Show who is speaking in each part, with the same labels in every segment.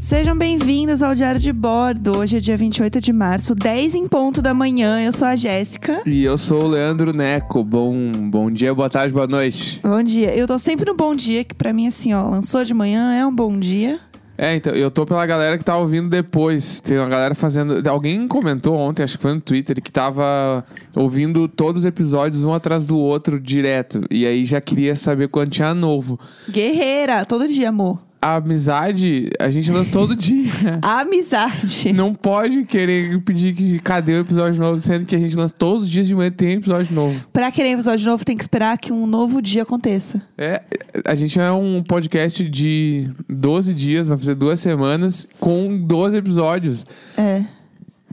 Speaker 1: Sejam bem-vindos ao Diário de Bordo. Hoje é dia 28 de março, 10 em ponto da manhã. Eu sou a Jéssica.
Speaker 2: E eu sou o Leandro Neco. Bom, bom dia, boa tarde, boa noite.
Speaker 1: Bom dia. Eu tô sempre no bom dia, que pra mim, assim, ó, lançou de manhã, é um bom dia.
Speaker 2: É, então, eu tô pela galera que tá ouvindo depois. Tem uma galera fazendo. Alguém comentou ontem, acho que foi no Twitter, que tava ouvindo todos os episódios um atrás do outro direto. E aí já queria saber quando tinha novo.
Speaker 1: Guerreira, todo dia, amor.
Speaker 2: A amizade, a gente lança todo dia.
Speaker 1: Amizade.
Speaker 2: Não pode querer pedir que cadê o episódio novo, sendo que a gente lança todos os dias de manhã tem episódio novo.
Speaker 1: Pra querer um episódio novo, tem que esperar que um novo dia aconteça.
Speaker 2: É, a gente é um podcast de 12 dias, vai fazer duas semanas, com 12 episódios.
Speaker 1: É.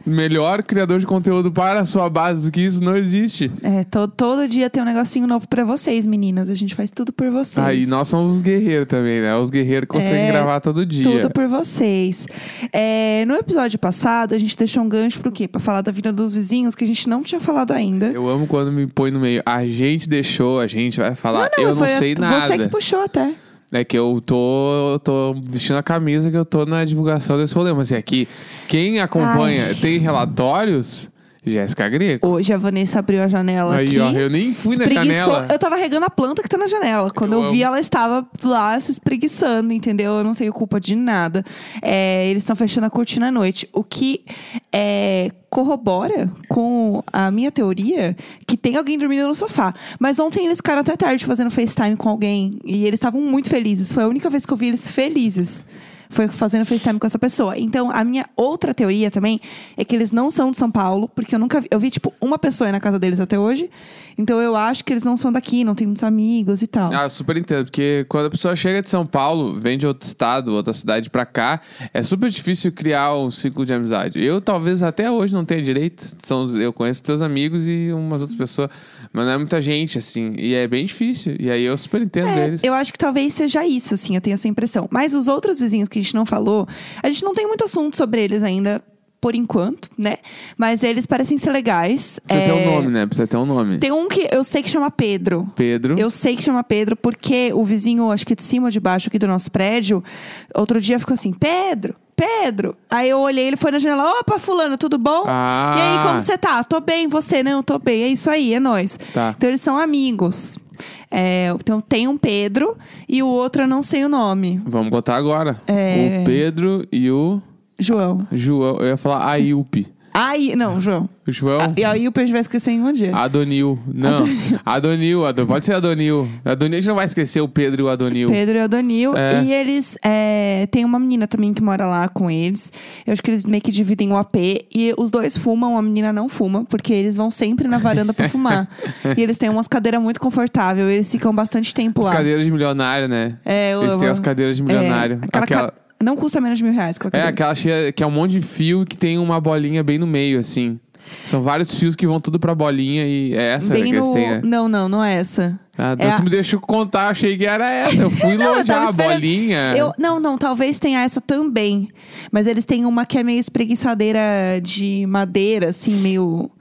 Speaker 2: Melhor criador de conteúdo para a sua base do que isso não existe.
Speaker 1: É, to- todo dia tem um negocinho novo pra vocês, meninas. A gente faz tudo por vocês.
Speaker 2: Aí nós somos os guerreiros também, né? Os guerreiros conseguem
Speaker 1: É,
Speaker 2: gravar todo dia.
Speaker 1: Tudo por vocês. É, no episódio passado, a gente deixou um gancho pro quê? Pra falar da vida dos vizinhos, que a gente não tinha falado ainda.
Speaker 2: Eu amo quando me põe no meio. A gente deixou, a gente vai falar. eu não
Speaker 1: foi
Speaker 2: sei
Speaker 1: você
Speaker 2: nada.
Speaker 1: que puxou até.
Speaker 2: É que eu tô, eu tô vestindo a camisa que eu tô na divulgação desse rolê. Mas é que quem acompanha
Speaker 1: Ai.
Speaker 2: tem relatórios? Jéssica Greco.
Speaker 1: Hoje a Vanessa abriu a janela
Speaker 2: Aí,
Speaker 1: aqui.
Speaker 2: ó, eu nem fui na
Speaker 1: espreguiçou-
Speaker 2: canela.
Speaker 1: Eu tava regando a planta que tá na janela. Quando eu,
Speaker 2: Eu
Speaker 1: vi,
Speaker 2: amo.
Speaker 1: ela estava lá se espreguiçando, entendeu? Eu não tenho culpa de nada. É, eles estão fechando a cortina à noite. O que é, corrobora com a minha teoria que tem alguém dormindo no sofá. Mas ontem eles ficaram até tarde fazendo FaceTime com alguém. E eles estavam muito felizes. Foi a única vez que eu vi eles felizes. Foi fazendo FaceTime com essa pessoa. Então, a minha outra teoria também é que eles não são de São Paulo, porque eu nunca vi. Eu vi, tipo, uma pessoa aí na casa deles até hoje. Então, eu acho que eles não são daqui, não tem muitos amigos e tal.
Speaker 2: Ah, eu super entendo, porque quando a pessoa chega de São Paulo, vem de outro estado, outra cidade pra cá, é super difícil criar um ciclo de amizade. Eu talvez até hoje não tenha direito, são, eu conheço teus amigos e umas outras pessoas, mas não é muita gente, assim, e é bem difícil, e aí eu super entendo
Speaker 1: É,
Speaker 2: eles.
Speaker 1: Eu acho que talvez seja isso, assim, eu tenho essa impressão. Mas os outros vizinhos que a gente não falou, a gente não tem muito assunto sobre eles ainda, por enquanto, né? Mas eles parecem ser legais.
Speaker 2: Precisa ter
Speaker 1: É,
Speaker 2: um nome, né? Precisa ter um nome.
Speaker 1: Tem um que eu sei que chama Pedro.
Speaker 2: Pedro.
Speaker 1: Eu sei que chama Pedro porque o vizinho, acho que de cima ou de baixo aqui do nosso prédio, outro dia ficou assim: Pedro, Pedro. Aí eu olhei, ele foi na janela: opa, Fulano, tudo bom?
Speaker 2: Ah.
Speaker 1: E aí, como você tá? Tô bem, você? Não, tô bem. É isso aí, é nóis.
Speaker 2: Tá.
Speaker 1: Então eles são amigos. É, então tem um Pedro e o outro eu não sei o nome.
Speaker 2: Vamos botar agora.
Speaker 1: É.
Speaker 2: O Pedro e o
Speaker 1: João.
Speaker 2: João. Eu ia falar Ailpe.
Speaker 1: Aí, não, João.
Speaker 2: O João.
Speaker 1: E aí o Pedro vai esquecer em um dia.
Speaker 2: Ah, Adonil. Não. Adonil, Adon- pode ser Adonil. Adonil, a gente não vai esquecer o Pedro e o Adonil.
Speaker 1: Pedro e o Danil.
Speaker 2: É.
Speaker 1: E eles é, tem uma menina também que mora lá com eles. Eu acho que eles meio que dividem o AP. E os dois fumam, a menina não fuma, porque eles vão sempre na varanda pra fumar. E eles têm umas cadeiras muito confortáveis, eles ficam bastante tempo
Speaker 2: As
Speaker 1: lá.
Speaker 2: cadeiras de milionário, né?
Speaker 1: É, eu
Speaker 2: Eles têm
Speaker 1: amo.
Speaker 2: as cadeiras de milionário.
Speaker 1: É, aquela
Speaker 2: Aquela-
Speaker 1: ca- Não custa menos de mil reais. Aquela
Speaker 2: É,
Speaker 1: cadeira.
Speaker 2: aquela cheia que é um monte de fio que tem uma bolinha bem no meio, assim. São vários fios que vão tudo pra bolinha e é essa
Speaker 1: Bem
Speaker 2: que eles
Speaker 1: no...
Speaker 2: têm, né?
Speaker 1: Não, não, não é essa.
Speaker 2: Ah,
Speaker 1: É
Speaker 2: tu
Speaker 1: a-
Speaker 2: me deixou contar, achei que era essa. Eu fui
Speaker 1: Não, eu
Speaker 2: longe,
Speaker 1: tava
Speaker 2: ah, a
Speaker 1: esperando.
Speaker 2: bolinha.
Speaker 1: Eu, não, não, talvez tenha essa também. Mas eles têm uma que é meio espreguiçadeira de madeira, assim, meio.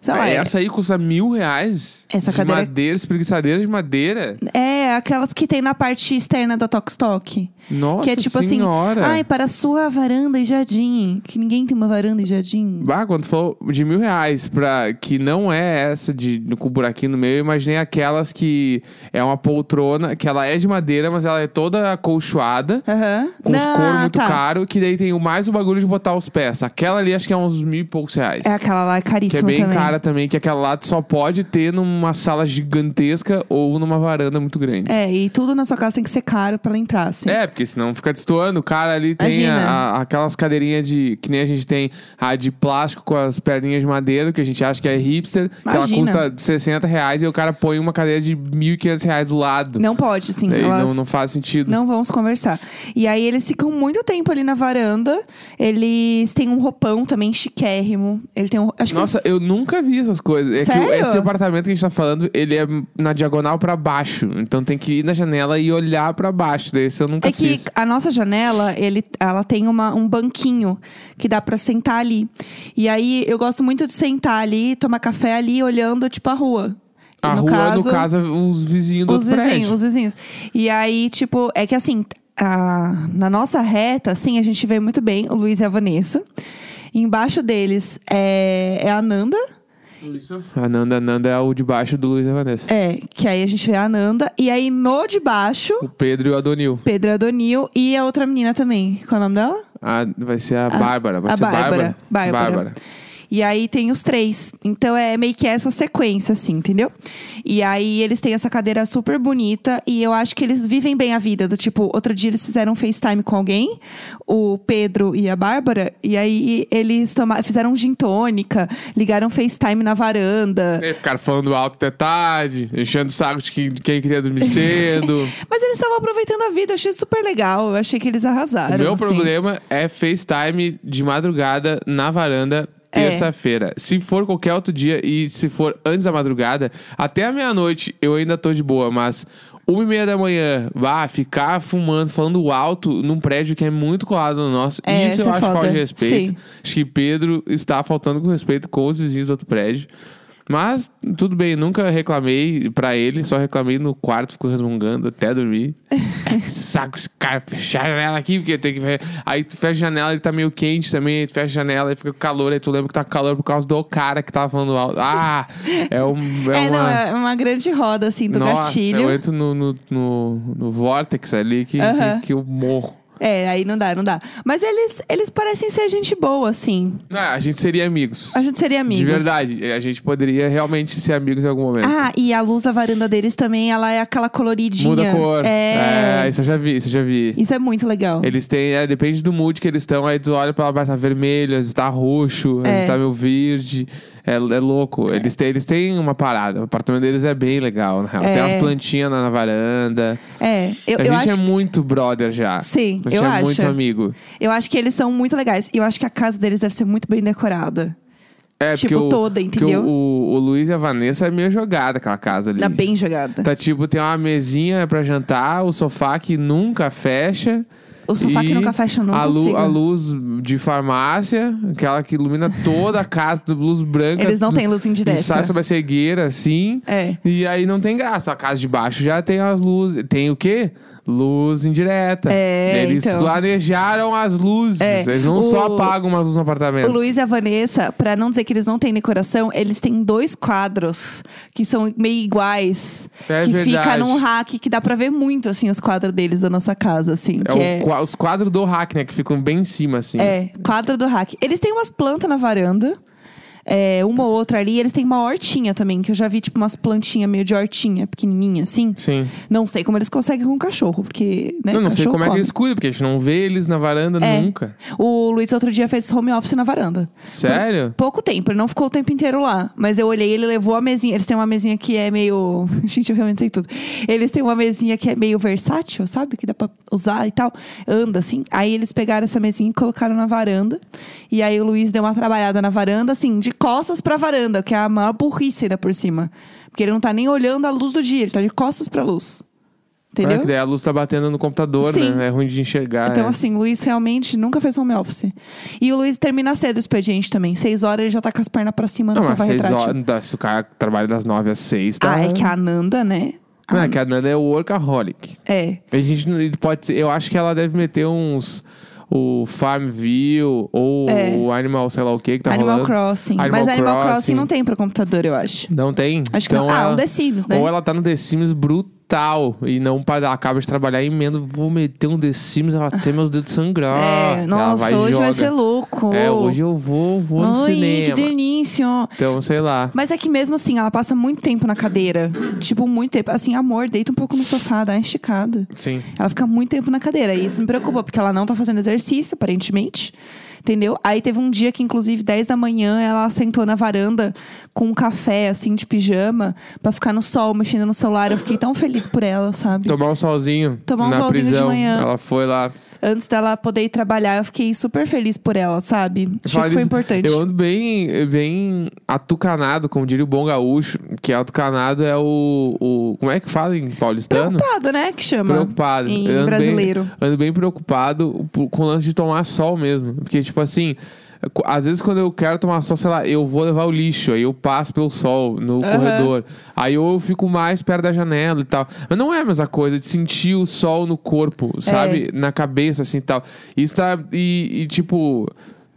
Speaker 1: Sei lá.
Speaker 2: Ah,
Speaker 1: é-
Speaker 2: essa aí custa mil reais.
Speaker 1: Essa
Speaker 2: de
Speaker 1: cadeira-
Speaker 2: madeira, espreguiçadeira de madeira.
Speaker 1: É, aquelas que tem na parte externa da Tokstok.
Speaker 2: Nossa
Speaker 1: Que é tipo
Speaker 2: senhora.
Speaker 1: assim, ai, para sua varanda e jardim. Que ninguém tem uma varanda e jardim.
Speaker 2: Bah, Ah, quando tu falou de mil reais, pra, que não é essa de com o buraquinho no meio, eu imaginei aquelas que é uma poltrona, que ela é de madeira, mas ela é toda acolchoada,
Speaker 1: Aham.
Speaker 2: com os
Speaker 1: Não,
Speaker 2: couro
Speaker 1: ah,
Speaker 2: muito
Speaker 1: tá.
Speaker 2: caro, que daí tem o- mais o bagulho de botar os pés. Aquela ali acho que é uns mil e poucos reais.
Speaker 1: É aquela lá, é
Speaker 2: que
Speaker 1: caríssima
Speaker 2: é bem
Speaker 1: também.
Speaker 2: cara também, que aquela lá tu só pode ter numa sala gigantesca ou numa varanda muito grande.
Speaker 1: É, e tudo na sua casa tem que ser caro pra ela entrar, assim.
Speaker 2: É, porque senão fica destoando. O cara ali tem
Speaker 1: Imagina.
Speaker 2: a- a- aquelas cadeirinhas de. Que nem a gente tem a de plástico com as perninhas de madeira, que a gente acha que é hipster, que
Speaker 1: Imagina.
Speaker 2: ela custa 60 reais e o cara põe uma cadeira de 1.500 reais do lado.
Speaker 1: Não pode, assim.
Speaker 2: Daí
Speaker 1: elas...
Speaker 2: É, não, não faz sentido.
Speaker 1: Não vamos conversar. E aí eles ficam muito tempo ali na varanda. Eles têm um roupão também chiquérrimo. Ele tem um. Acho
Speaker 2: Nossa,
Speaker 1: que eles-
Speaker 2: eu nunca vi essas coisas. É que
Speaker 1: Sério?
Speaker 2: o- esse apartamento que a gente tá falando, ele é na diagonal pra baixo. Então tem que ir na janela e olhar pra baixo. Daí isso eu nunca
Speaker 1: É que
Speaker 2: fiz.
Speaker 1: a nossa janela, ele, ela tem uma, um banquinho que dá pra sentar ali. E aí eu gosto muito de sentar ali, tomar café ali, olhando tipo a rua. E
Speaker 2: A
Speaker 1: no
Speaker 2: rua,
Speaker 1: caso,
Speaker 2: no caso, é os vizinhos do
Speaker 1: os
Speaker 2: outro
Speaker 1: vizinhos,
Speaker 2: prédio.
Speaker 1: os vizinhos. E aí, tipo, é que assim, a- na nossa reta, assim, a gente vê muito bem o Luiz e a Vanessa. Embaixo deles é, é a Nanda.
Speaker 2: A Nanda, a Nanda é o de baixo do Luiz e a Vanessa.
Speaker 1: É, que aí a gente vê a Nanda. E aí no de baixo,
Speaker 2: O Pedro e o Adonil.
Speaker 1: Pedro Adonil e a outra menina também. Qual é o nome dela?
Speaker 2: A- vai ser a, Bárbara. Vai
Speaker 1: a
Speaker 2: ser
Speaker 1: Bárbara.
Speaker 2: Bárbara.
Speaker 1: Bárbara.
Speaker 2: Bárbara.
Speaker 1: E aí tem os três. Então é meio que essa sequência, assim, entendeu? E aí eles têm essa cadeira super bonita e eu acho que eles vivem bem a vida. Do tipo, outro dia eles fizeram um FaceTime com alguém, o Pedro e a Bárbara, e aí eles toma- fizeram um gin tônica, ligaram FaceTime na varanda.
Speaker 2: É, Ficaram falando alto até tarde, enchendo o saco de quem, de quem queria dormir cedo.
Speaker 1: Mas eles estavam aproveitando a vida, eu achei super legal. Eu achei que eles arrasaram.
Speaker 2: o meu
Speaker 1: assim.
Speaker 2: problema é FaceTime de madrugada na varanda.
Speaker 1: É.
Speaker 2: Terça-feira. Se for qualquer outro dia e se for antes da madrugada, até a meia-noite eu ainda tô de boa, mas uma e meia da manhã, vá ficar fumando, falando alto num prédio que é muito colado no nosso,
Speaker 1: É, isso
Speaker 2: isso eu
Speaker 1: é
Speaker 2: acho falta
Speaker 1: foda.
Speaker 2: de respeito.
Speaker 1: Sim.
Speaker 2: Acho que Pedro está faltando com respeito com os vizinhos do outro prédio. Mas tudo bem, nunca reclamei pra ele, só reclamei no quarto, ficou resmungando até dormir. É, que saco esse cara, fechar a janela aqui, porque tem que. fe- Aí tu fecha a janela, ele tá meio quente também, aí tu fecha a janela, aí fica com calor, aí tu lembra que tá com calor por causa do cara que tava falando alto. Ah! É, um, é,
Speaker 1: É,
Speaker 2: uma.
Speaker 1: não, é uma grande roda, assim, do
Speaker 2: Nossa,
Speaker 1: gatilho.
Speaker 2: eu entro no, no, no, no vórtex ali que,
Speaker 1: Aham.
Speaker 2: que, que eu morro.
Speaker 1: É, aí não dá, não dá. Mas eles, eles parecem ser gente boa, assim.
Speaker 2: Não, Ah, a gente seria amigos.
Speaker 1: A gente seria amigos.
Speaker 2: De verdade, a gente poderia realmente ser amigos em algum momento.
Speaker 1: Ah, e a luz da varanda deles também, ela é aquela coloridinha.
Speaker 2: Muda a cor.
Speaker 1: É.
Speaker 2: É, isso eu já vi, isso eu já vi.
Speaker 1: Isso é muito legal.
Speaker 2: Eles têm, é, depende do mood que eles estão, aí tu olha pra lá, tá vermelho, às vezes tá roxo, às
Speaker 1: É.
Speaker 2: vezes tá meio verde. É, é louco. Eles, têm, eles têm uma parada. O apartamento deles é bem legal, na real. Tem
Speaker 1: É.
Speaker 2: umas plantinhas na, na varanda.
Speaker 1: É, eu,
Speaker 2: a
Speaker 1: eu acho.
Speaker 2: gente é muito brother já.
Speaker 1: Sim,
Speaker 2: a gente
Speaker 1: eu
Speaker 2: é
Speaker 1: acho.
Speaker 2: muito amigo.
Speaker 1: Eu acho que eles são muito legais. E eu acho que a casa deles deve ser muito bem decorada.
Speaker 2: É,
Speaker 1: Tipo,
Speaker 2: porque o-
Speaker 1: toda,
Speaker 2: porque
Speaker 1: entendeu?
Speaker 2: O, o, o Luiz e a Vanessa é meio jogada aquela casa ali.
Speaker 1: Tá bem jogada.
Speaker 2: Tá tipo, tem uma mesinha pra jantar, o sofá que nunca fecha.
Speaker 1: O sofá que
Speaker 2: e
Speaker 1: nunca fecha, eu não
Speaker 2: a, lu-
Speaker 1: consigo.
Speaker 2: a luz de farmácia, aquela que ilumina toda a casa, luz branca.
Speaker 1: Eles não têm luz indireta.
Speaker 2: E sai sobre a cegueira, assim.
Speaker 1: É.
Speaker 2: E aí não tem graça. A casa de baixo já tem as luzes. Tem o quê? Luz indireta.
Speaker 1: É,
Speaker 2: Eles
Speaker 1: então.
Speaker 2: planejaram as luzes.
Speaker 1: É,
Speaker 2: Eles não
Speaker 1: o-
Speaker 2: só apagam umas luzes no apartamento.
Speaker 1: O Luiz e a Vanessa, pra não dizer que eles não têm decoração, eles têm dois quadros que são meio iguais.
Speaker 2: É
Speaker 1: que fica
Speaker 2: verdade.
Speaker 1: num rack que dá pra ver muito, assim, os quadros deles da nossa casa, assim.
Speaker 2: É
Speaker 1: que
Speaker 2: o
Speaker 1: é,
Speaker 2: qua- os quadros do hack, né? Que ficam bem em cima, assim.
Speaker 1: é, quadro do rack. Eles têm umas plantas na varanda. é, uma ou outra ali, eles têm uma hortinha também, que eu já vi, tipo, umas plantinhas meio de hortinha, pequenininha, assim.
Speaker 2: Sim.
Speaker 1: Não sei como eles conseguem com o cachorro, porque, né?
Speaker 2: Eu não sei
Speaker 1: cachorro
Speaker 2: como é que
Speaker 1: come.
Speaker 2: eles cuidam, porque a gente não vê eles na varanda
Speaker 1: É.
Speaker 2: nunca.
Speaker 1: O Luiz outro dia fez home office na varanda.
Speaker 2: Sério?
Speaker 1: Pouco tempo, ele não ficou o tempo inteiro lá. Mas eu olhei, ele levou a mesinha. Eles têm uma mesinha que é meio. Gente, eu realmente sei tudo. Eles têm uma mesinha que é meio versátil, sabe? Que dá pra usar e tal. Anda assim. Aí eles pegaram essa mesinha e colocaram na varanda. E aí o Luiz deu uma trabalhada na varanda, assim, de costas pra varanda, que é a maior burrice ainda por cima. Porque ele não tá nem olhando a luz do dia, ele tá de costas pra luz.
Speaker 2: É,
Speaker 1: Entendeu?
Speaker 2: que daí a luz tá batendo no computador,
Speaker 1: Sim.
Speaker 2: né? É ruim de enxergar.
Speaker 1: Então,
Speaker 2: é.
Speaker 1: assim, o Luiz realmente nunca fez home office. E o Luiz termina cedo o expediente também. Seis horas ele já tá com as pernas pra cima no
Speaker 2: não, mas
Speaker 1: sofá
Speaker 2: seis
Speaker 1: retrátil.
Speaker 2: horas. dá- Se o cara trabalha das nove às seis, tá?
Speaker 1: Ah, é que a Ananda, né?
Speaker 2: Não, é que a Nanda é workaholic.
Speaker 1: É.
Speaker 2: A gente não ele pode ser. Eu acho que ela deve meter uns. O Farmville ou
Speaker 1: É.
Speaker 2: o Animal, sei lá o que que tá
Speaker 1: Animal
Speaker 2: rolando.
Speaker 1: Crossing.
Speaker 2: Animal
Speaker 1: Mas Animal Crossing.
Speaker 2: Crossing.
Speaker 1: não tem pra computador, eu acho.
Speaker 2: Não tem?
Speaker 1: Acho que
Speaker 2: então
Speaker 1: não. Ah,
Speaker 2: ela-
Speaker 1: um The Sims, né?
Speaker 2: Ou ela tá no The Sims brutal e não para ela acaba de trabalhar e emenda, vou meter um The Sims, ela tem meus dedos sangrar.
Speaker 1: é,
Speaker 2: Ah, Ela
Speaker 1: nossa,
Speaker 2: vai e
Speaker 1: hoje vai
Speaker 2: joga.
Speaker 1: ser louco.
Speaker 2: É, hoje eu vou, vou no
Speaker 1: Ai, que
Speaker 2: cinema.
Speaker 1: delícia.
Speaker 2: Então, sei lá.
Speaker 1: Mas é que mesmo assim, ela passa muito tempo na cadeira. tipo, muito tempo. Assim, amor, deita um pouco no sofá, dá uma esticada.
Speaker 2: Sim.
Speaker 1: Ela fica muito tempo na cadeira. E isso me preocupa, porque ela não tá fazendo exercício, aparentemente. Entendeu? Aí teve um dia que, inclusive, 10 da manhã, ela sentou na varanda com um café, assim, de pijama, pra ficar no sol, mexendo no celular. Eu fiquei tão feliz por ela, sabe?
Speaker 2: Tomar um solzinho.
Speaker 1: Tomar um
Speaker 2: na
Speaker 1: solzinho de
Speaker 2: prisão.
Speaker 1: manhã.
Speaker 2: Ela foi lá.
Speaker 1: Antes dela poder ir trabalhar, eu fiquei super feliz por ela, sabe? Achei
Speaker 2: Fala
Speaker 1: que foi
Speaker 2: isso,
Speaker 1: importante.
Speaker 2: Eu ando bem, bem atucanado, como diria o bom gaúcho, que atucanado é o, o- Como é que fala em paulistano?
Speaker 1: Preocupado, né? Que chama.
Speaker 2: Preocupado.
Speaker 1: Em
Speaker 2: Eu ando bem-
Speaker 1: brasileiro.
Speaker 2: ando bem preocupado por- com o lance de tomar sol mesmo. Porque, tipo assim, co- Às vezes, quando eu quero tomar sol, sei lá, eu vou levar o lixo, aí eu passo pelo sol no corredor. Aí eu fico mais perto da janela e tal. Mas não é a mesma coisa de sentir o sol no corpo,
Speaker 1: É.
Speaker 2: sabe? Na cabeça, assim e tal. Isso tá. E, e, tipo.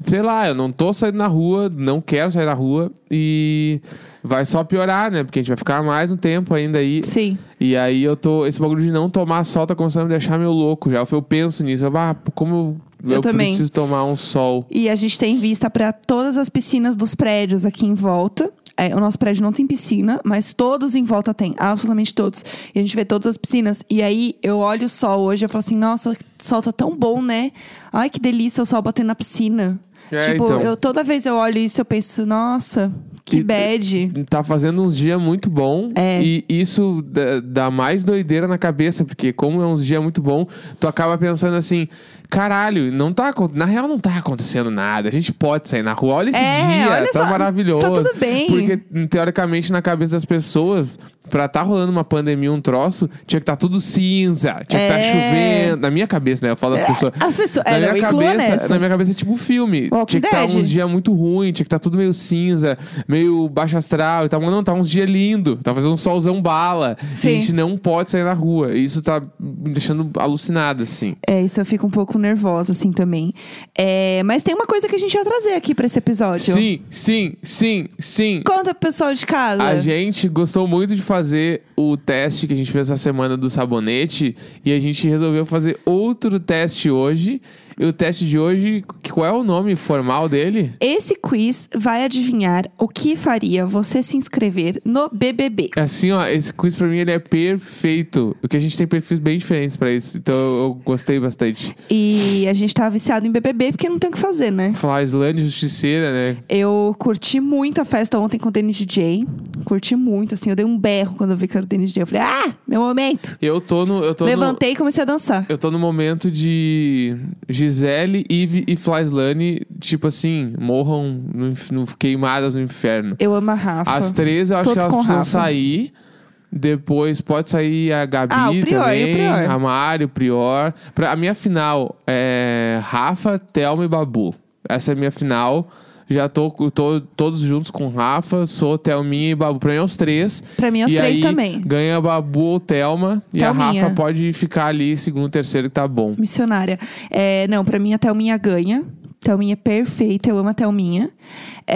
Speaker 2: Sei lá, eu não tô saindo na rua, não quero sair na rua e vai só piorar, né? Porque a gente vai ficar mais um tempo ainda aí.
Speaker 1: Sim.
Speaker 2: E aí eu tô. Esse bagulho de não tomar sol tá começando a me deixar meio louco já. Eu, eu penso nisso. Eu, ah, como eu,
Speaker 1: Eu também.
Speaker 2: preciso tomar um sol.
Speaker 1: E a gente tem vista para todas as piscinas dos prédios aqui em volta. É, o nosso prédio não tem piscina, mas todos em volta tem, absolutamente todos. E a gente vê todas as piscinas. E aí eu olho o sol hoje e falo assim: nossa, o sol tá tão bom, né? Ai, que delícia o sol batendo na piscina.
Speaker 2: É,
Speaker 1: tipo,
Speaker 2: então.
Speaker 1: eu toda vez eu olho isso eu penso: nossa, que
Speaker 2: E-
Speaker 1: bad.
Speaker 2: Tá fazendo uns dias muito bom.
Speaker 1: É.
Speaker 2: E isso dá, dá mais doideira na cabeça, porque como é uns dias muito bom, tu acaba pensando assim, caralho, não tá acon- Na real não tá acontecendo nada. A gente pode sair na rua. Olha esse
Speaker 1: É,
Speaker 2: dia,
Speaker 1: olha
Speaker 2: tá
Speaker 1: só,
Speaker 2: maravilhoso.
Speaker 1: tá tudo bem.
Speaker 2: Porque, teoricamente, na cabeça das pessoas, pra tá rolando uma pandemia, um troço, tinha que tá tudo cinza, tinha que tá
Speaker 1: É.
Speaker 2: chovendo. Na minha cabeça, né? Eu falo das pessoas.
Speaker 1: As pessoas.
Speaker 2: Na
Speaker 1: é, não, eu
Speaker 2: minha,
Speaker 1: incluo
Speaker 2: cabeça,
Speaker 1: nessa.
Speaker 2: na minha cabeça é tipo filme.
Speaker 1: Walking
Speaker 2: tinha que estar
Speaker 1: Dead.
Speaker 2: uns dias muito ruim, tinha que estar tudo meio cinza, meio baixo astral e tal. Mas não, tá uns dias lindo. Tá fazendo um solzão bala.
Speaker 1: Sim.
Speaker 2: E a gente não pode sair na rua. E isso tá me deixando alucinado, assim.
Speaker 1: É, isso eu fico um pouco nervosa, assim, também. É, mas tem uma coisa que a gente ia trazer aqui pra esse episódio.
Speaker 2: Sim, sim, sim, sim.
Speaker 1: Conta pro pessoal de casa.
Speaker 2: A gente gostou muito de fazer o teste que a gente fez essa semana do sabonete e a gente resolveu fazer outro teste hoje. E o teste de hoje, qual é o nome formal dele?
Speaker 1: Esse quiz vai adivinhar o que faria você se inscrever no BBB.
Speaker 2: Assim, ó, esse quiz pra mim ele é perfeito. O que a gente tem perfis bem diferentes pra isso. Então eu, eu gostei bastante.
Speaker 1: E a gente tá viciado em BBB porque não tem o que fazer, né?
Speaker 2: Falar Islândia Justiceira, né?
Speaker 1: Eu curti muito a festa ontem com o Denis DJ. Curti muito, assim. Eu dei um berro quando eu vi que era o Denis DJ. Eu falei, ah, meu momento.
Speaker 2: Eu tô no. Eu tô no...
Speaker 1: Levantei e comecei a dançar.
Speaker 2: Eu tô no momento de Gisele, Yves e Flyslane, tipo assim, morram no, inf- no- queimadas no inferno.
Speaker 1: Eu amo a Rafa.
Speaker 2: As três eu acho
Speaker 1: Todos
Speaker 2: que elas
Speaker 1: com
Speaker 2: precisam
Speaker 1: Rafa.
Speaker 2: sair. Depois pode sair a Gabi
Speaker 1: Ah, o Prior, e o
Speaker 2: também,
Speaker 1: Prior?
Speaker 2: a Mari, o Prior. Pra, a minha final é Rafa, Thelma e Babu. Essa é a minha final. Já tô, tô todos juntos com Rafa, sou Thelminha e Babu. Pra mim é os três.
Speaker 1: Pra mim, as
Speaker 2: e
Speaker 1: três
Speaker 2: aí,
Speaker 1: também.
Speaker 2: Ganha Babu ou Thelma. E a
Speaker 1: Thelminha.
Speaker 2: Rafa pode ficar ali, segundo, terceiro, que tá bom.
Speaker 1: Missionária. É, não, pra mim a Thelminha ganha. Thelminha é perfeita, eu amo a Thelminha.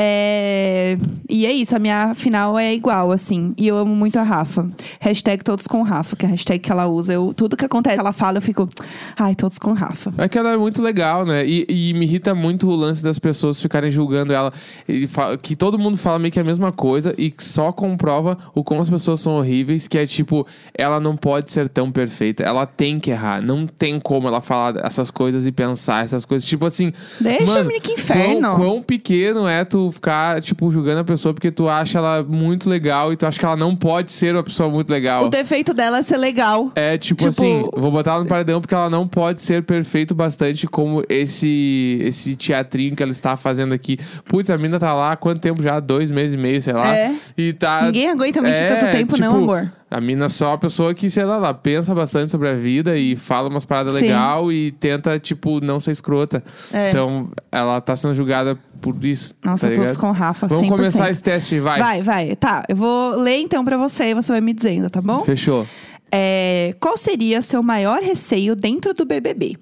Speaker 1: É, e é isso, a minha final é igual, assim. E eu amo muito a Rafa. Hashtag todos com Rafa, que é a hashtag que ela usa. Eu, tudo que acontece, ela fala, eu fico. Ai, todos com Rafa.
Speaker 2: É que ela é muito legal, né? E, e me irrita muito o lance das pessoas ficarem julgando ela. E fa- que todo mundo fala meio que a mesma coisa e que só comprova o como as pessoas são horríveis, que é tipo, ela não pode ser tão perfeita. Ela tem que errar. Não tem como ela falar essas coisas e pensar essas coisas. Tipo assim.
Speaker 1: Deixa
Speaker 2: mano,
Speaker 1: o menino que inferno.
Speaker 2: Quão, quão pequeno é tu ficar, tipo, julgando a pessoa porque tu acha ela muito legal e tu acha que ela não pode ser uma pessoa muito legal.
Speaker 1: O defeito dela é ser legal.
Speaker 2: É, tipo,
Speaker 1: Tipo-
Speaker 2: assim, vou botar ela no paredão porque ela não pode ser perfeito bastante como esse esse teatrinho que ela está fazendo aqui. Putz, a mina tá lá há quanto tempo já? Dois meses e meio, sei lá.
Speaker 1: É.
Speaker 2: E tá.
Speaker 1: Ninguém aguenta mentir
Speaker 2: É,
Speaker 1: tanto tempo, não,
Speaker 2: tipo,
Speaker 1: amor.
Speaker 2: A mina só é uma pessoa que, sei lá, ela pensa bastante sobre a vida e fala umas paradas
Speaker 1: Sim.
Speaker 2: legal e tenta, tipo, não ser escrota.
Speaker 1: É.
Speaker 2: Então, ela tá sendo julgada por isso.
Speaker 1: Nossa,
Speaker 2: tá
Speaker 1: todos
Speaker 2: ligado?
Speaker 1: com Rafa,
Speaker 2: Vamos
Speaker 1: 100%.
Speaker 2: começar esse teste, vai.
Speaker 1: Vai, vai. Tá, eu vou ler então pra você e você vai me dizendo, tá bom?
Speaker 2: Fechou.
Speaker 1: É, qual seria seu maior receio dentro do BBB?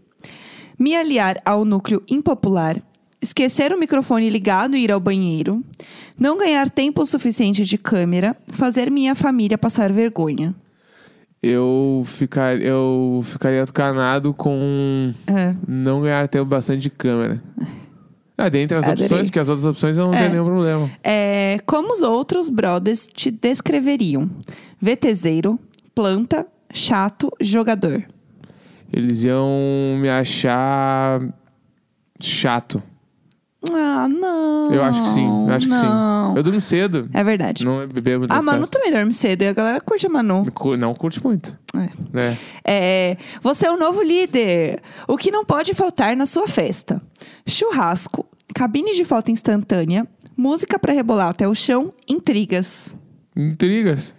Speaker 1: Me aliar ao núcleo impopular, esquecer o microfone ligado e ir ao banheiro, não ganhar tempo suficiente de câmera, fazer minha família passar vergonha.
Speaker 2: Eu, ficar, eu ficaria canado com
Speaker 1: É.
Speaker 2: Não ganhar tempo bastante de câmera. Ah, dentre as
Speaker 1: Adorei.
Speaker 2: opções, porque as outras opções eu não
Speaker 1: É.
Speaker 2: tenho nenhum problema.
Speaker 1: É, como os outros brothers te descreveriam? VTZero, planta, chato, jogador.
Speaker 2: Eles iam me achar chato.
Speaker 1: Ah, não.
Speaker 2: eu acho que sim. Eu acho que
Speaker 1: não. Ah,
Speaker 2: sim. Eu durmo cedo.
Speaker 1: É verdade.
Speaker 2: Não bebo
Speaker 1: a
Speaker 2: dessa-
Speaker 1: Manu também dorme cedo e a galera curte a Manu.
Speaker 2: Cu- Não curte muito.
Speaker 1: É.
Speaker 2: né?
Speaker 1: É, você é o novo líder. O que não pode faltar na sua festa? Churrasco, cabine de foto instantânea, música pra rebolar até o chão, intrigas.
Speaker 2: Intrigas.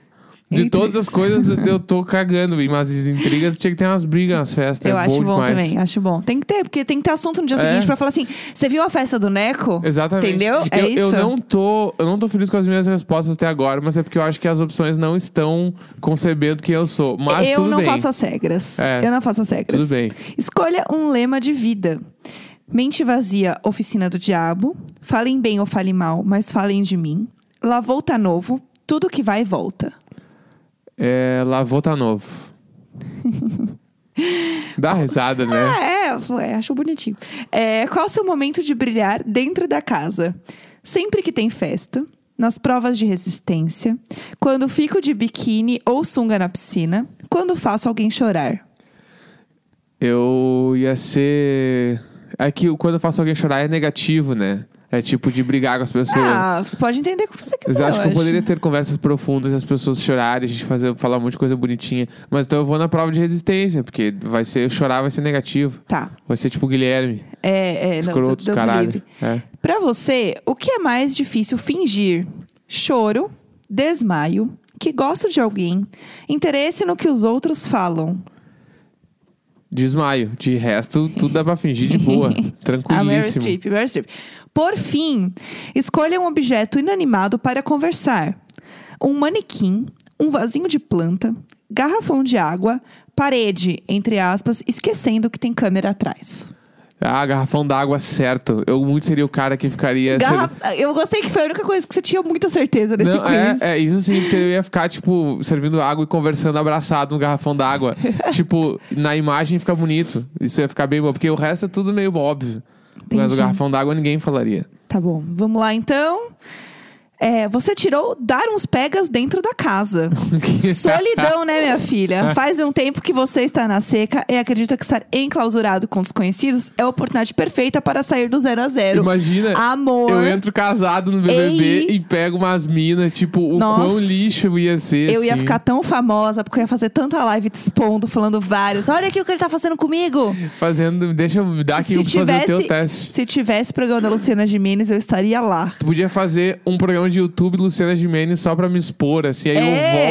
Speaker 2: De
Speaker 1: Entre-
Speaker 2: todas as coisas, eu tô cagando. Mas as intrigas tinha que ter umas brigas nas festas.
Speaker 1: Eu
Speaker 2: é
Speaker 1: acho bom
Speaker 2: demais.
Speaker 1: também, acho bom. Tem que ter, porque tem que ter assunto no dia
Speaker 2: É.
Speaker 1: seguinte pra falar assim: você viu a festa do Neco?
Speaker 2: Exatamente.
Speaker 1: Entendeu?
Speaker 2: Eu,
Speaker 1: É isso.
Speaker 2: eu não tô, eu não tô feliz com as minhas respostas até agora, mas é porque eu acho que as opções não estão concebendo quem eu sou. Mas
Speaker 1: eu
Speaker 2: tudo
Speaker 1: não
Speaker 2: bem.
Speaker 1: faço as regras.
Speaker 2: É.
Speaker 1: Eu não faço as regras.
Speaker 2: Tudo bem.
Speaker 1: Escolha um lema de vida. Mente vazia, oficina do diabo. Falem bem ou falem mal, mas falem de mim. Lá volta novo, tudo que vai volta.
Speaker 2: É, lavou tá novo. Dá risada, né?
Speaker 1: Ah, é, ué, acho bonitinho. É, qual o seu momento de brilhar dentro da casa? Sempre que tem festa, nas provas de resistência, quando fico de biquíni ou sunga na piscina, quando faço alguém chorar.
Speaker 2: Eu ia ser. É que quando eu faço alguém chorar é negativo, né? É tipo de brigar com as pessoas.
Speaker 1: Ah, você pode entender como você quiser.
Speaker 2: Eu acho que eu
Speaker 1: acho.
Speaker 2: poderia ter conversas profundas e as pessoas chorarem, a gente fazer, falar um monte de coisa bonitinha. Mas então eu vou na prova de resistência, porque vai ser chorar, vai ser negativo.
Speaker 1: Tá.
Speaker 2: Vai ser tipo o Guilherme.
Speaker 1: É, é, não,
Speaker 2: Escroto,
Speaker 1: Deus me livre.
Speaker 2: caralho. É.
Speaker 1: Pra você, o que é mais difícil fingir? Choro, desmaio, que gosto de alguém, interesse no que os outros falam.
Speaker 2: Desmaio. De resto, tudo dá pra fingir de boa.
Speaker 1: A Ah, Meryl
Speaker 2: Tranquilíssimo.
Speaker 1: Streep, Meryl Streep. Por fim, escolha um objeto inanimado para conversar. Um manequim, um vasinho de planta, garrafão de água, parede, entre aspas, esquecendo que tem câmera atrás.
Speaker 2: Ah, garrafão d'água, certo. Eu muito seria o cara que ficaria.
Speaker 1: Garrafa- Ah, Eu gostei que foi a única coisa que você tinha muita certeza
Speaker 2: servi-
Speaker 1: nesse
Speaker 2: é Não, é,
Speaker 1: quiz.
Speaker 2: é isso sim, porque eu ia ficar, tipo, servindo água e conversando abraçado no garrafão d'água. tipo, na imagem fica bonito. Isso ia ficar bem bom, porque o resto é tudo meio óbvio. Mas
Speaker 1: Entendi.
Speaker 2: o garrafão d'água ninguém falaria.
Speaker 1: Tá bom, vamos lá então. É, você tirou dar uns pegas dentro da casa. Solidão, né, minha filha?
Speaker 2: É.
Speaker 1: Faz um tempo que você está na seca e acredita que estar enclausurado com desconhecidos é a oportunidade perfeita para sair do zero a zero.
Speaker 2: Imagina.
Speaker 1: Amor.
Speaker 2: Eu entro casado no BBB
Speaker 1: Ei.
Speaker 2: e pego umas minas, tipo, o
Speaker 1: Nossa.
Speaker 2: quão lixo eu ia ser.
Speaker 1: Eu ia
Speaker 2: assim.
Speaker 1: ficar tão famosa porque eu ia fazer tanta live te expondo, falando vários. Olha aqui o que ele tá fazendo comigo.
Speaker 2: Fazendo. Deixa eu dar
Speaker 1: Se
Speaker 2: aqui eu vou fazer o teu
Speaker 1: tivesse-
Speaker 2: teste.
Speaker 1: Se tivesse programa da Luciana Gimenez, eu estaria lá.
Speaker 2: Tu podia fazer um programa de YouTube Luciana Gimenez só pra me expor, assim. Aí
Speaker 1: É.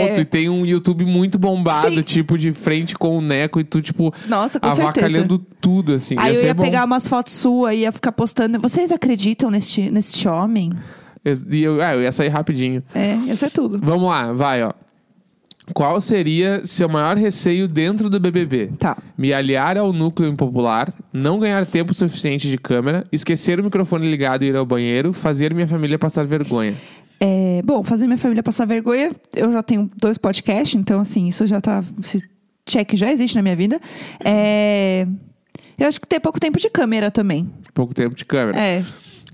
Speaker 2: eu volto e tem um YouTube muito bombado,
Speaker 1: Sim.
Speaker 2: tipo, de frente com o Neco e tu, tipo,
Speaker 1: Nossa, com certeza.
Speaker 2: avacalhando tudo, assim.
Speaker 1: Aí eu
Speaker 2: ser
Speaker 1: ia
Speaker 2: bom.
Speaker 1: pegar umas fotos suas e ia ficar postando. Vocês acreditam neste, neste homem?
Speaker 2: Es- E eu, ah, eu ia sair rapidinho.
Speaker 1: É, ia ser tudo.
Speaker 2: Vamos lá, vai, ó. Qual seria seu maior receio dentro do BBB?
Speaker 1: Tá.
Speaker 2: Me aliar ao núcleo impopular, não ganhar tempo suficiente de câmera, esquecer o microfone ligado e ir ao banheiro, fazer minha família passar vergonha.
Speaker 1: É, bom, fazer minha família passar vergonha, eu já tenho dois podcasts, então assim, isso já tá. Esse check já existe na minha vida. É, eu acho que ter pouco tempo de câmera também.
Speaker 2: Pouco tempo de câmera.
Speaker 1: É.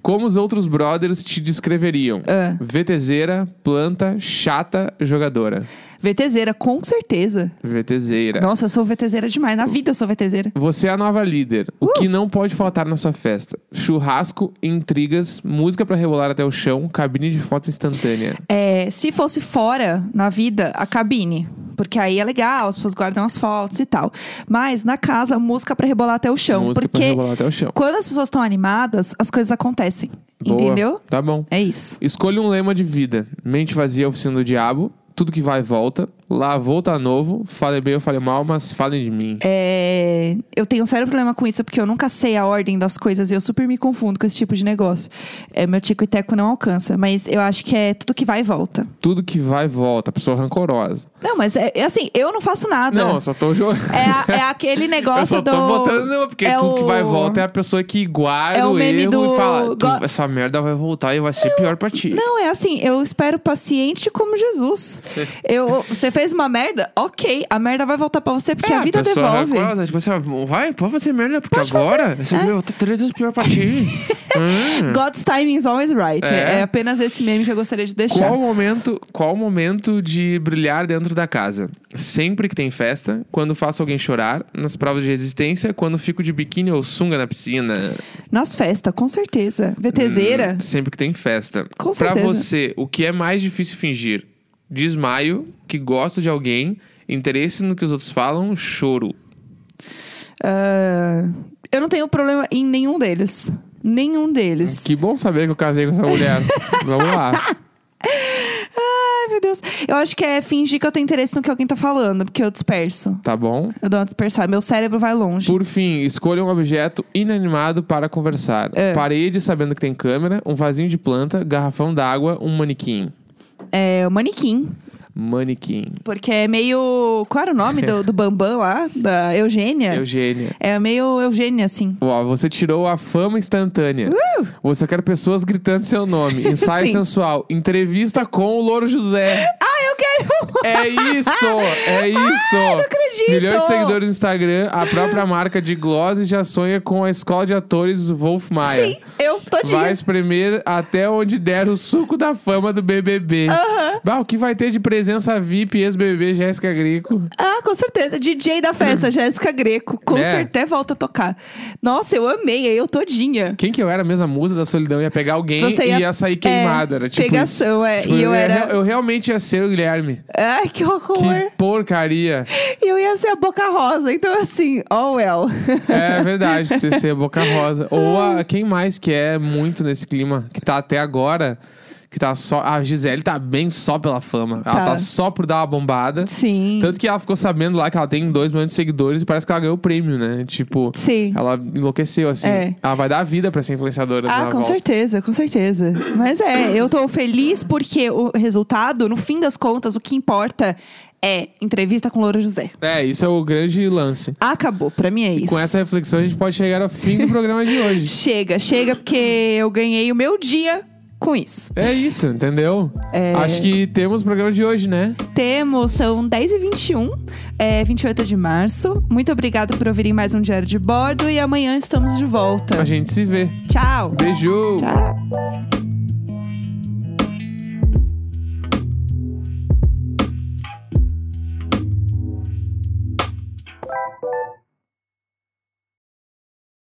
Speaker 2: Como os outros brothers te descreveriam?
Speaker 1: Ah.
Speaker 2: VTZera, planta, chata, jogadora.
Speaker 1: VTZera, com certeza.
Speaker 2: VTZera.
Speaker 1: Nossa, eu sou VTZera demais. Na vida eu sou VTZera.
Speaker 2: Você é a nova líder. O que
Speaker 1: Uh!
Speaker 2: não pode faltar na sua festa? Churrasco, intrigas, música pra rebolar até o chão, cabine de foto instantânea.
Speaker 1: É, se fosse fora, na vida, a cabine. Porque aí é legal, as pessoas guardam as fotos e tal. Mas na casa, música pra rebolar até o chão.
Speaker 2: música pra
Speaker 1: então, porque
Speaker 2: rebolar até o chão.
Speaker 1: quando as pessoas estão animadas, as coisas acontecem.
Speaker 2: Boa.
Speaker 1: Entendeu?
Speaker 2: Tá bom.
Speaker 1: É isso.
Speaker 2: Escolha um lema de vida. Mente vazia, oficina do diabo. Tudo que vai, volta. Lá, volta novo. Fale bem ou fale mal, mas falem de mim.
Speaker 1: É, eu tenho um sério problema com isso, porque eu nunca sei a ordem das coisas e eu super me confundo com esse tipo de negócio. É, meu tico e teco não alcança, mas eu acho que é tudo que vai e volta.
Speaker 2: Tudo que vai, volta. Pessoa rancorosa.
Speaker 1: Não, mas é, é assim, eu não faço nada.
Speaker 2: Não, eu só tô jogando.
Speaker 1: É, a- é aquele negócio
Speaker 2: Eu só tô
Speaker 1: do.
Speaker 2: botando, porque
Speaker 1: é
Speaker 2: tudo que
Speaker 1: o-
Speaker 2: vai e volta é a pessoa que guarda
Speaker 1: É o
Speaker 2: o,
Speaker 1: meme
Speaker 2: erro
Speaker 1: do-
Speaker 2: e fala: "Tu-
Speaker 1: go-
Speaker 2: essa merda vai voltar e vai ser pior pra ti.
Speaker 1: Não, é assim, eu espero paciente como Jesus. Eu, você fez uma merda? Ok, a merda vai voltar pra você porque
Speaker 2: É,
Speaker 1: a vida
Speaker 2: pessoa
Speaker 1: devolve.
Speaker 2: rancorosa, tipo assim, vai, pode fazer merda, porque
Speaker 1: Pode
Speaker 2: agora
Speaker 1: fazer,
Speaker 2: essa
Speaker 1: é.
Speaker 2: vida vai voltar três vezes pior pra ti. Hum.
Speaker 1: God's timing is always right. É.
Speaker 2: É.
Speaker 1: é apenas esse meme que eu gostaria de deixar.
Speaker 2: Qual o momento, qual o momento de brilhar dentro da casa? Sempre que tem festa, quando faço alguém chorar, nas provas de resistência, quando fico de biquíni ou sunga na piscina.
Speaker 1: Nas festas, com certeza. VTZera.
Speaker 2: Hum, sempre que tem festa.
Speaker 1: Com
Speaker 2: pra
Speaker 1: certeza.
Speaker 2: você, o que é mais difícil fingir? Desmaio, que gosto de alguém, interesse no que os outros falam, choro.
Speaker 1: Ah, eu não tenho problema em nenhum deles. Nenhum deles.
Speaker 2: Que bom saber que eu casei com essa mulher. Vamos lá.
Speaker 1: Ai, meu Deus. Eu acho que é fingir que eu tenho interesse no que alguém tá falando, porque eu disperso.
Speaker 2: Tá bom?
Speaker 1: Eu dou uma dispersada. Meu cérebro vai longe.
Speaker 2: Por fim, escolha um objeto inanimado para conversar.
Speaker 1: É.
Speaker 2: Parede sabendo que tem câmera, um vasinho de planta, garrafão d'água, um manequim.
Speaker 1: É o manequim.
Speaker 2: Manequim.
Speaker 1: Porque é meio. Qual era o nome do, do Bambam lá? Da Eugênia?
Speaker 2: Eugênia.
Speaker 1: É meio Eugênia, assim.
Speaker 2: Ó, você tirou a fama instantânea.
Speaker 1: Uh!
Speaker 2: Você quer pessoas gritando seu nome. Ensaio
Speaker 1: Sim.
Speaker 2: sensual. Entrevista com o Louro José.
Speaker 1: Ah, eu quero! Ah,
Speaker 2: É isso! É isso!
Speaker 1: não acredito!
Speaker 2: Milhões de seguidores no Instagram, a própria marca de Gloss já sonha com a escola de atores Wolf Maia.
Speaker 1: Sim, eu tô de.
Speaker 2: Vai espremer até onde der o suco da fama do BBB. Bah, o que vai ter de presença VIP ex-BBB Jéssica Greco?
Speaker 1: Ah, com certeza. DJ da festa, Jéssica Greco. Com
Speaker 2: Né?
Speaker 1: certeza volta a tocar. Nossa, eu amei, aí eu todinha.
Speaker 2: Quem que eu era mesmo? A musa da solidão ia pegar alguém
Speaker 1: Você
Speaker 2: e
Speaker 1: ia-
Speaker 2: ia, sair
Speaker 1: é,
Speaker 2: queimada. era tipo
Speaker 1: pegação,
Speaker 2: isso.
Speaker 1: é.
Speaker 2: Tipo,
Speaker 1: E eu
Speaker 2: ia-
Speaker 1: era-
Speaker 2: eu realmente ia ser o Guilherme.
Speaker 1: Ai, que horror.
Speaker 2: Que porcaria.
Speaker 1: E eu ia ser a boca rosa, então assim, oh well.
Speaker 2: É verdade, TC Boca Rosa. Ou a, quem mais que é muito nesse clima, que tá até agora, que tá só. A Gisele tá bem só pela fama.
Speaker 1: Tá.
Speaker 2: Ela tá só por dar uma bombada.
Speaker 1: Sim.
Speaker 2: Tanto que ela ficou sabendo lá que ela tem 2 milhões de seguidores e parece que ela ganhou o prêmio, né? Tipo,
Speaker 1: Sim.
Speaker 2: ela enlouqueceu, assim.
Speaker 1: É.
Speaker 2: Ela vai dar a vida pra ser influenciadora
Speaker 1: Ah,
Speaker 2: na
Speaker 1: com
Speaker 2: volta.
Speaker 1: certeza, com certeza. Mas é, eu tô feliz porque o resultado, no fim das contas, o que importa é entrevista com Loura José.
Speaker 2: É, isso é o grande lance.
Speaker 1: Acabou, pra mim é isso.
Speaker 2: Com essa reflexão, a gente pode chegar ao fim do programa de hoje.
Speaker 1: Chega, chega, porque eu ganhei o meu dia com isso.
Speaker 2: É isso, entendeu?
Speaker 1: É.
Speaker 2: Acho que temos o programa de hoje, né?
Speaker 1: Temos, são 10h21, é 28 de março. Muito obrigada por ouvirem mais um Diário de Bordo e amanhã estamos de volta.
Speaker 2: A gente se vê.
Speaker 1: Tchau!
Speaker 2: Beijo!
Speaker 1: Tchau!